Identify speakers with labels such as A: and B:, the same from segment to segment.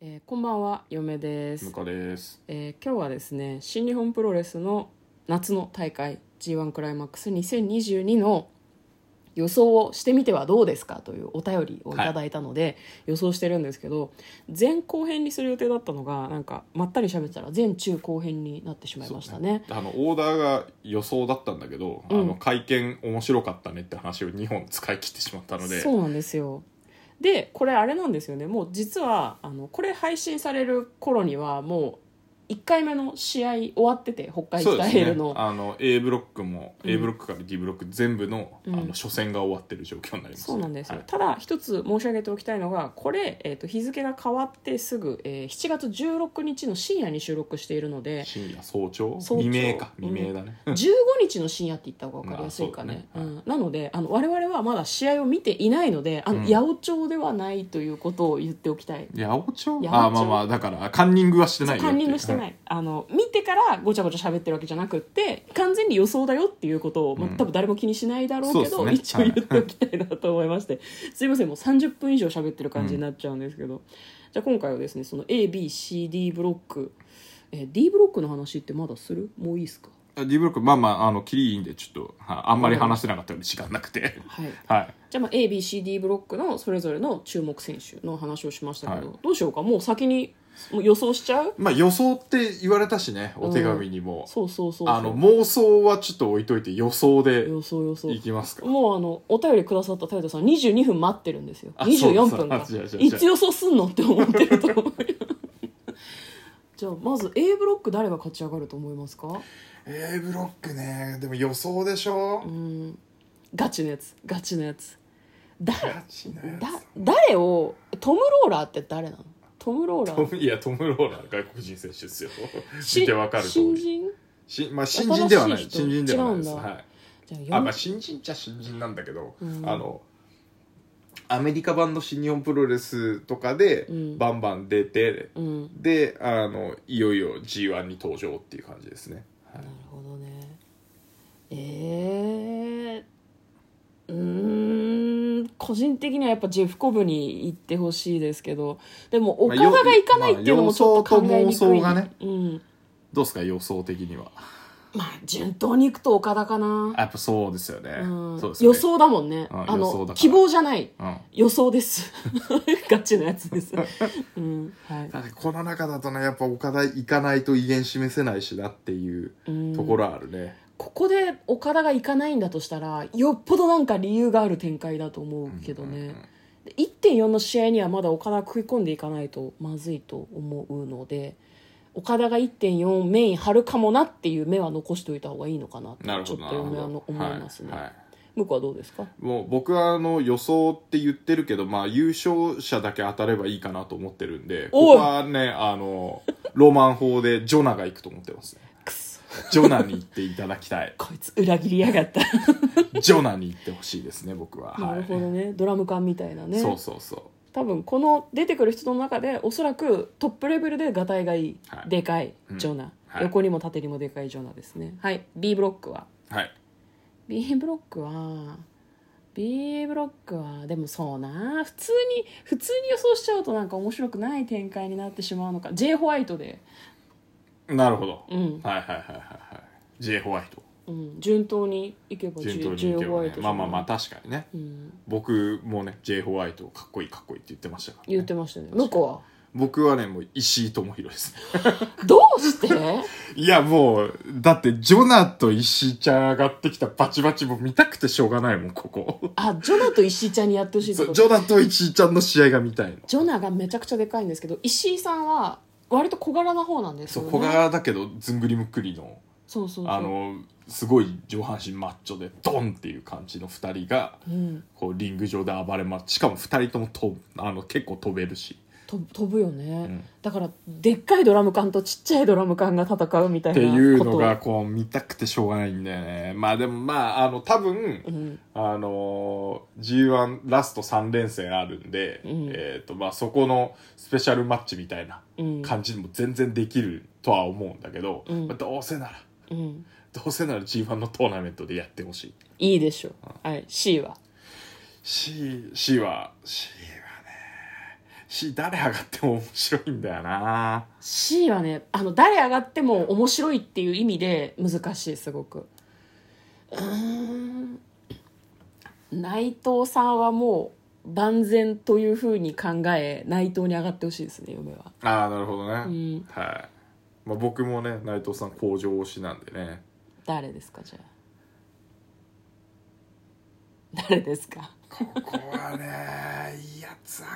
A: えーこんばんは、嫁です
B: 向。こうです。
A: えー今日はですね、新日本プロレスの夏の大会 G1 クライマックス2022の予想をしてみてはどうですかというお便りをいただいたので、予想してるんですけど前後編にする予定だったのがなんかまったり喋ってたら前中後編になってしまいましたね。
B: そうあのオーダーが予想だったんだけど、
A: うん
B: あの会見面白かったねって話を2本使い切ってしまったので
A: そうなんですよでこれあれなんですよねもう実はあのこれ配信される頃にはもう1回目の試合終わってて北海
B: そ
A: 道
B: うで
A: 大
B: す
A: ヘル
B: ね
A: の、
B: あの A ブロックも、
A: うん
B: A ブロックから D ブロック全部の,、
A: うん
B: あの初戦が終わってる状況になります
A: そうなんですよ、
B: はい
A: ただ一つ申し上げておきたいのがこれ、えー、と日付が変わってすぐ、えー7月16日の深夜に収録しているので
B: 深夜早朝
A: 早朝
B: 未明か
A: うん
B: 未明だね、
A: 15日の深夜って言った方が分かりやすいかね,、
B: まあそうだね
A: うん、なのであの我々はまだ試合を見ていないのであの、
B: うん
A: 八百長ではないということを言っておきたい
B: 八百長
A: 八百長
B: あまあまあだからカンニングはしてないよ
A: カンニングしてない、
B: い
A: あの見てからごちゃごちゃ喋ってるわけじゃなくって完全に予想だよっていうことを、まあ
B: うん
A: 多分誰も気にしないだろうけど
B: そうですね
A: 一応言っておきたいなと思いまして、すいませんもう30分以上喋ってる感じになっちゃうんですけど、じゃあ今回はですねその ABCD ブロック、えー D ブロックの話ってまだするもういいですか
B: あ D ブロックまあまああのキリいいんでちょっとはあんまり話せなかったので時間なくて
A: はい
B: はい
A: じゃあまあ ABCD ブロックのそれぞれの注目選手の話をしましたけど、
B: は
A: どうしようかもう先にもう予想しちゃう
B: まあ予想って言われたしねお手紙にも、
A: そうそうそうそう
B: あの妄想はちょっと置いといて予想で
A: 予想予想
B: いきますか
A: もうあのお便りくださった太陽さん22分待ってるんですよ
B: あそう
A: 24分
B: そう違う違
A: が
B: う違う
A: いつ予想すんのって思ってると思う よじゃあまず A ブロック誰が勝ち上がると思いますか
B: A ブロックねでも予想でしょ
A: うんガチのやつガチのやつ誰
B: ガチなや
A: だ誰をトム・ローラーって誰なのトム・ローラー
B: ついやトム・ローラー外国人選手ですよ
A: し
B: 見てわかる通
A: 新
B: り
A: 人
B: しまあ新人ではない
A: 新しい人
B: 新人ではないです
A: 違うんだ
B: はい
A: じゃあ
B: あ
A: よん
B: まあ新人っちゃ新人なんだけど、
A: うん
B: あのアメリカ版の新日本プロレスとかで
A: うん
B: バンバン出て、
A: うん
B: であのいよいよ g 1に登場っていう感じですね、は
A: な
B: い
A: るほどねえー、うーん個人的にはやっぱジェフコブに行ってほしいですけどでも岡田が行かないっていうのもちょっと考えにくい、
B: まあ予想と妄想がね
A: うん
B: どうですか予想的には
A: まあ順当に行くと岡田かな
B: あ、やっぱそうですよね、
A: うん
B: そうですよ
A: 予
B: ね
A: 想だもんね、
B: うん
A: あ
B: 予想だ
A: の
B: から
A: 希望じゃない
B: うん
A: 予想です ガチのやつ です、うんはい
B: だってこの中だとねやっぱ岡田行かないと威厳示せないしなっていう
A: うん
B: ところあるね、
A: ここで岡田が行かないんだとしたらよっぽどなんか理由がある展開だと思うけどね、
B: うんうんうん
A: で1.4の試合にはまだ岡田食い込んでいかないとまずいと思うので岡田が1.4メイン張るかもなっていう目は残しておいた方がいいのかなって
B: なる
A: ちょっ
B: ほど
A: と嫁はの思いますね、
B: はいはい
A: 向こうはどうですか
B: もう僕はあの予想って言ってるけど、まあ、優勝者だけ当たればいいかなと思ってるんで
A: おい
B: ここはねあのロマン法でジョナが行くと思ってますね
A: くそ
B: ジョナに行っていただき たい
A: こいつ裏切りや がった、
B: ジョナに行ってほしいですね僕は、
A: な
B: はい
A: るほどねドラム缶みたいなね
B: そうそうそう
A: 多分この出てくる人の中でおそらくトップレベルでがたいがいい、
B: はい
A: でかいジョナ、
B: はい
A: 横にも縦にもでかいジョナですねはい B ブロックは
B: はい
A: B ブロックは B ブロックはでもそうな普通に普通に予想しちゃうとなんか面白くない展開になってしまうのか J ホワイトで、
B: なるほど、
A: うん
B: はいはいはいはいはい J ホワイト
A: うん、順当にいけば
B: 順当
A: J, J
B: に行け
A: ホ
B: ば
A: ワイ
B: ね
A: ト
B: まあまあまあ
A: た、
B: 確かにね
A: うん、
B: 僕もね J ホワイトかっこいいかっこいいって言ってましたから、ね、
A: 言ってましたね向こ
B: 僕はねもう石井智弘ですね
A: うはどうして
B: いやもうだってジョナと石井ちゃん上がってきたバチバチも見たくてしょうがないもん ここ
A: あジョナと石井ちゃんにやってほしいって
B: そ
A: こ
B: う
A: と
B: ジョナと石井ちゃんの試合が見たいの
A: ジョナがめちゃくちゃでかいんですけど石井さんは割と小柄な方なんです
B: そ
A: よ
B: う
A: ね
B: 小柄だけどずんぐりむっくりの
A: そうそうそう
B: あのすごい上半身マッチョでドンっていう感じの2人が
A: うん、
B: こうリング上で暴れましかも2人ともとあの結構飛べるし
A: と飛ぶよね、
B: ん
A: だからでっかいドラム缶とちっちゃいドラム缶が戦うみたい
B: っ
A: な
B: て
A: こと
B: いうのがこう見たくてしょうがないんだよねまあでもまああの多分、
A: うん
B: あの g 1ラスト3連戦あるんで、
A: ん
B: えーとまあ、そこのスペシャルマッチみたいな
A: うん
B: 感じにも全然できるとは思うんだけど、
A: うん
B: まあどうせなら
A: うん、
B: どうせなら g 1のトーナメントでやってほしい
A: いいでしょう、はい、C は
B: C, C は C はね C 誰上がっても面白いんだよな
A: C はねあの誰上がっても面白いっていう意味で難しいすごくうーん内藤さんはもう万全というふうに考え内藤に上がってほしいですね嫁は
B: ああなるほどね、
A: うん
B: はい、まあ、僕もね内藤さん工場推しなんでね
A: 誰ですかじゃあ誰ですか
B: ここはねいやザッ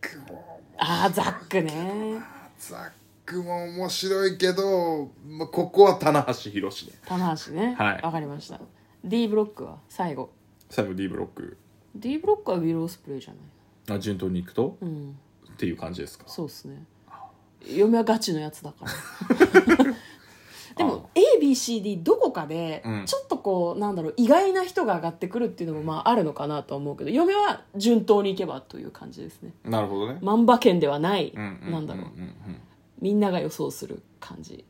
B: クも
A: ああザックね
B: ザックも面白いけど、まあ、ここは棚橋宏ね
A: 棚橋ねわ、
B: はい
A: かりました D ブロックは最後
B: 最後 D ブロック
A: D ブロックはウィル・オスプレイじゃない
B: あ順当にいくと、
A: うん
B: っていう感じですか
A: そうですね嫁はガチのやつだから でも ABCD どこかで
B: うん
A: ちょっとこうなんだろう意外な人が上がってくるっていうのもまああるのかなとは思うけど嫁は順当にいけばという感じですね
B: なるほどね、
A: 万馬券ではない、
B: うんう
A: なんだろう
B: うんうんうん
A: みんなが予想する感じ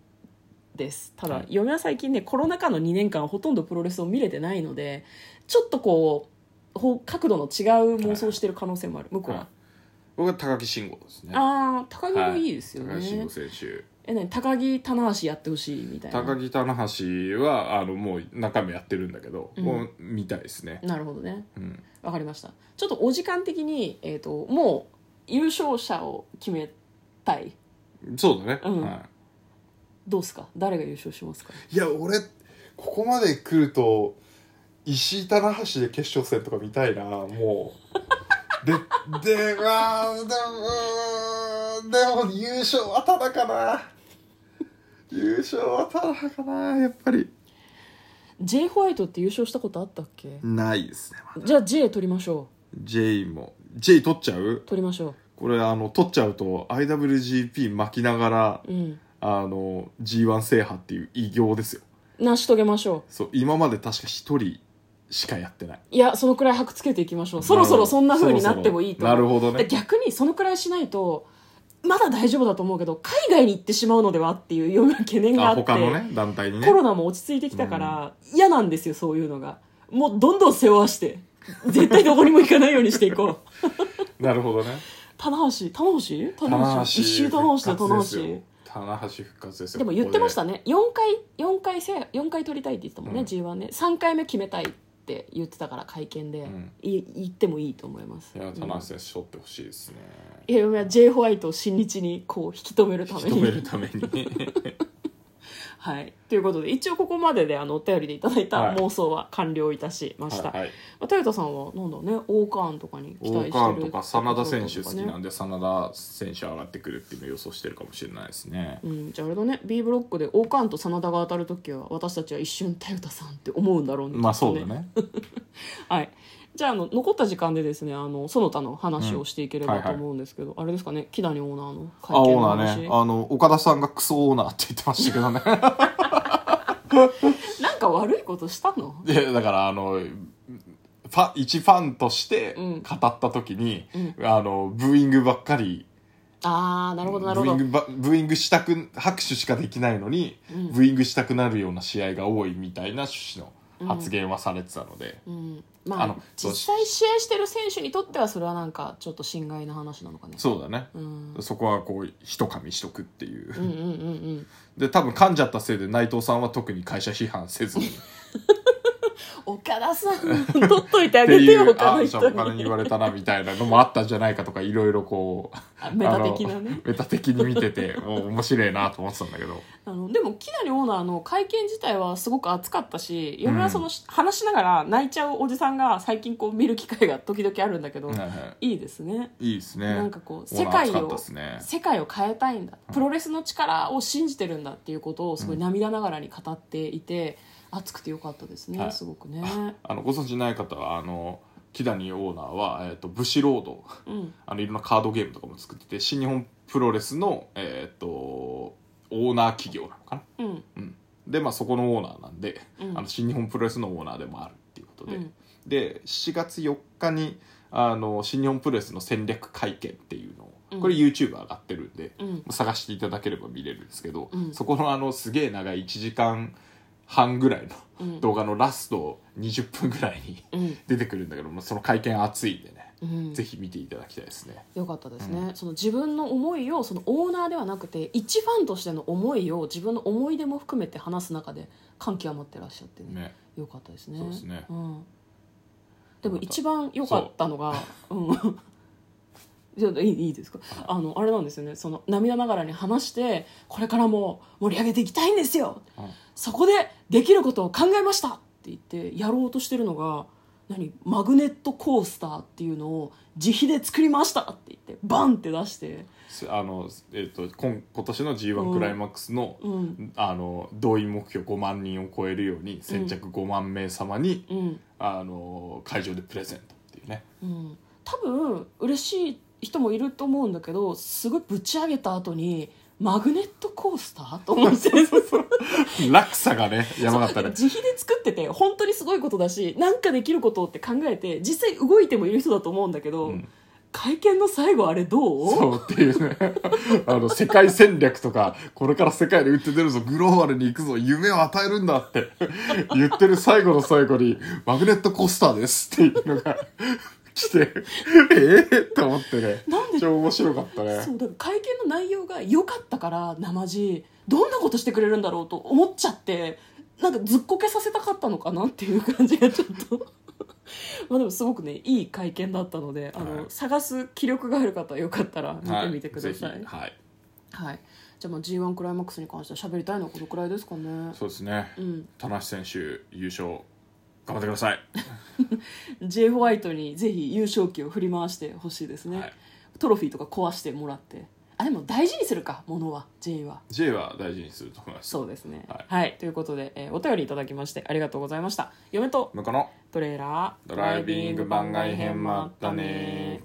A: ですただ、
B: はい
A: 嫁は最近ねコロナ禍の2年間ほとんどプロレスを見れてないのでちょっとこうほう角度の違う妄想をしてる可能性もある向こうは、
B: はい僕は高木慎吾ですね
A: ああ高木もいいですよね、
B: はい高木慎吾選手
A: え何高木棚橋やってほしいみたいな
B: 高木棚橋はあのもう中身やってるんだけど、
A: うん
B: もう見たいですね、
A: なるほどね
B: うん、
A: わかりましたちょっとお時間的に、えー、ともう優勝者を決めたい
B: そうだね、
A: うん
B: は
A: どうっすか誰が優勝しますか
B: い、いや俺ここまで来ると石井棚橋で決勝戦とか見たいなもうででまあでもうーんでも優勝は棚かな優勝は棚かなやっぱり
A: J ホワイトって優勝したことあったっけ
B: ないですねまだ
A: じゃあ J 取りましょ
B: J も J 取っちゃう
A: う取りましょ
B: これあの取っちゃうと IWGP 巻きながら
A: ううん
B: あの G1 制覇っていう偉業ですよ
A: 成し遂げましょ
B: そう今まで確か一人しかやってないう
A: いやそのくらい箔つけていきましょうそろそろそんな風になってもいいと
B: なるほど
A: で
B: ね
A: 逆にそのくらいしないとまだ大丈夫だと思うけど海外に行ってしまうのではっていうような懸念があ
B: あ
A: って
B: 他のね団体にね
A: コロナも落ち着いてきたから、嫌なんですよそういうのがもうどんどん背負わして絶対どこにも行かないようにしていこう
B: なるほどね
A: 棚橋棚橋棚橋一周棚橋だ棚橋
B: 棚橋復活ですよ
A: でも言ってました
B: ね
A: ね4回四回せ四回取りたいって言ってたもんね、
B: うん
A: G1 ね3回目決めたいって言ってたから会見で、
B: ん
A: い言ってもいいと思います
B: いや
A: う
B: 棚
A: ん
B: 橋選手取ってほしいですね
A: いやいや J ホワイトを新日にこう引き止めるた
B: 引き
A: め
B: 止める
A: に
B: ために
A: はいということで一応ここまでであのお便りでいただいた
B: はい
A: 妄想は完了いたしました、
B: はい
A: まあ、トヨタさんはなんだねオーカーンとかに期
B: オ
A: 待してる
B: ーカーンとか真田選
A: ってこ
B: 手好
A: と
B: き
A: だね
B: なんで真田選手上がってくるっていうのを予想してるかもしれないですね
A: うん、じゃああれだね B ブロックでオーカーンと真田が当たるときは私たちは一瞬トヨタさんって思うんだろうね
B: まあそう
A: きっ
B: だ
A: と
B: ね
A: はいじゃああの残った時間でですねあのその他の話をしていけれ
B: う
A: ば
B: んはい
A: と
B: はい
A: 思うんですけど、あれですかね木谷オーナーの会
B: あ
A: 見
B: オ
A: の
B: ーナ
A: 話、
B: ーねあの岡田さんがクソオーナーって言ってましたけどね
A: なんか悪いことしたの
B: いやだからあのファ一ファンとして
A: うん
B: 語った時に、
A: うん
B: あのブーイングばっかり
A: ああなるほ
B: ブ
A: どなるほ
B: ーイン
A: ど
B: グばブーイングしたく拍手しかできないのに、
A: うん
B: ブーイングしたくなるような試合が多いみたいな趣旨の発言はされてたので、
A: うんまあ
B: あの
A: 実際試合してる選手にとってはそれはなんかちょっと心外な話なのかね
B: そうだね、
A: うん
B: そこはこうひと噛みしとくっていう、
A: うんうんうんうん
B: で多分噛んじゃったせいで内藤さんは特に会社批判せずに
A: 岡田さん取っとい てあ
B: って
A: げて
B: い
A: よ
B: う
A: 他
B: あ
A: の
B: じゃあ
A: 人
B: 他のに
A: に
B: 言われたなみたいなのもあったんじゃないかとかいろいろこう
A: あメタ的なね
B: あのメタ的に見ててもう面白いなと思ってたんだけど
A: あのでも木谷オーナーの会見自体はすごく熱かったし嫁は
B: うん
A: その、話しながら泣いちゃうおじさんが最近こう見る機会が時々あるんだけど、
B: はい
A: い、いですね
B: いいですね
A: なんかこう
B: オー
A: 世
B: ナー
A: 界
B: 熱かった
A: を
B: っ、すね
A: 世界を変えたいんだプロレスの力を信じてるんだっていうことをすごい涙ながらに語っていて、熱くてよかったですね、
B: はい
A: すごくね。
B: あのご存知ない方はあの木谷オーナーは、えー、と武士ロード
A: うん
B: あのいろんなカードゲームとかも作ってて新日本プロレスの、えー、とオーナー企業なのかな、
A: うん
B: うん、で、まあ、そこのオーナーなんで、
A: うん
B: あの新日本プロレスのオーナーでもあるっていうこと
A: う
B: で、
A: ん
B: で7月4日にあの新日本プロレスの戦略会見っていうの
A: うん
B: をこれ YouTube 上がってるんで、
A: うん
B: 探していただければ見れるんですけど、
A: うん
B: そこのあのすげえ長い1時間半ぐらいの
A: うん
B: 動画のラスト20分ぐらいに
A: うん
B: 出てくるんだけど、まあその会見熱いんでね
A: うん
B: ぜひ見ていただきたいですね。
A: よかったですね、その自分の思いをそのオーナーではなくて一ファンとしての思いを自分の思い出も含めて話す中で感極まってらっしゃってね
B: ね
A: よかったですね
B: そうですね
A: ん、でも一番良かったのがうんちょっといいいいですかあのあれなんですよねその涙ながらに話してこれからも盛り上げていきたいんですよ
B: うん
A: そこでできることを考えましたって言ってやろうとしてるのが何マグネットコースターっていうのを自費で作りましたって言ってバンって出して、
B: すあの、えっと今今年の g 1クライマックスの、
A: うん
B: あの動員目標5万人を超えるように先着5万名様に、
A: うん
B: あの会場でプレゼントっていうね
A: うん、多分嬉しい人もいると思うんだけどすごいぶち上げた後にマグネットコースターと思って
B: 落差がねやばかったね
A: 自費で作ってて本当にすごいことだしなんかできることって考えて実際動いてもいる人だと思うんだけど、
B: うん
A: 会見の最後あれどう
B: そうっていうね あの世界戦略とかこれから世界に打って出るぞグローバルに行くぞ夢を与えるんだって言ってる最後の最後にマグネットコースターですっていうのが来てええって思ってね
A: なんで
B: 超面白かったね
A: そうだから会見の内容が良かったから生地どんなことしてくれるんだろうと思っちゃってなんかずっこけさせたかったのかなっていう感じがちょっと まあでもすごくねいい会見だったのであの、
B: はい
A: 探す気力がある方はよかったら見てみてください、
B: は
A: はい
B: ぜひはい
A: じゃあまあ g 1クライマックスに関しては喋りたいのはこのくらいですかね
B: そうですね
A: うん
B: 田無選手優勝頑張ってください
A: J ホワイトにぜひ優勝旗を振り回してほしいですね、
B: はい
A: トロフィーとか壊してもらってあでも大事にするかものは J は
B: J は大事にすると思います
A: そうですね。
B: は
A: はい、ということで、えーお便りいただきましてありがとうございました。嫁と
B: 向こうの
A: トレーラー
B: ドライビング番外編もあったね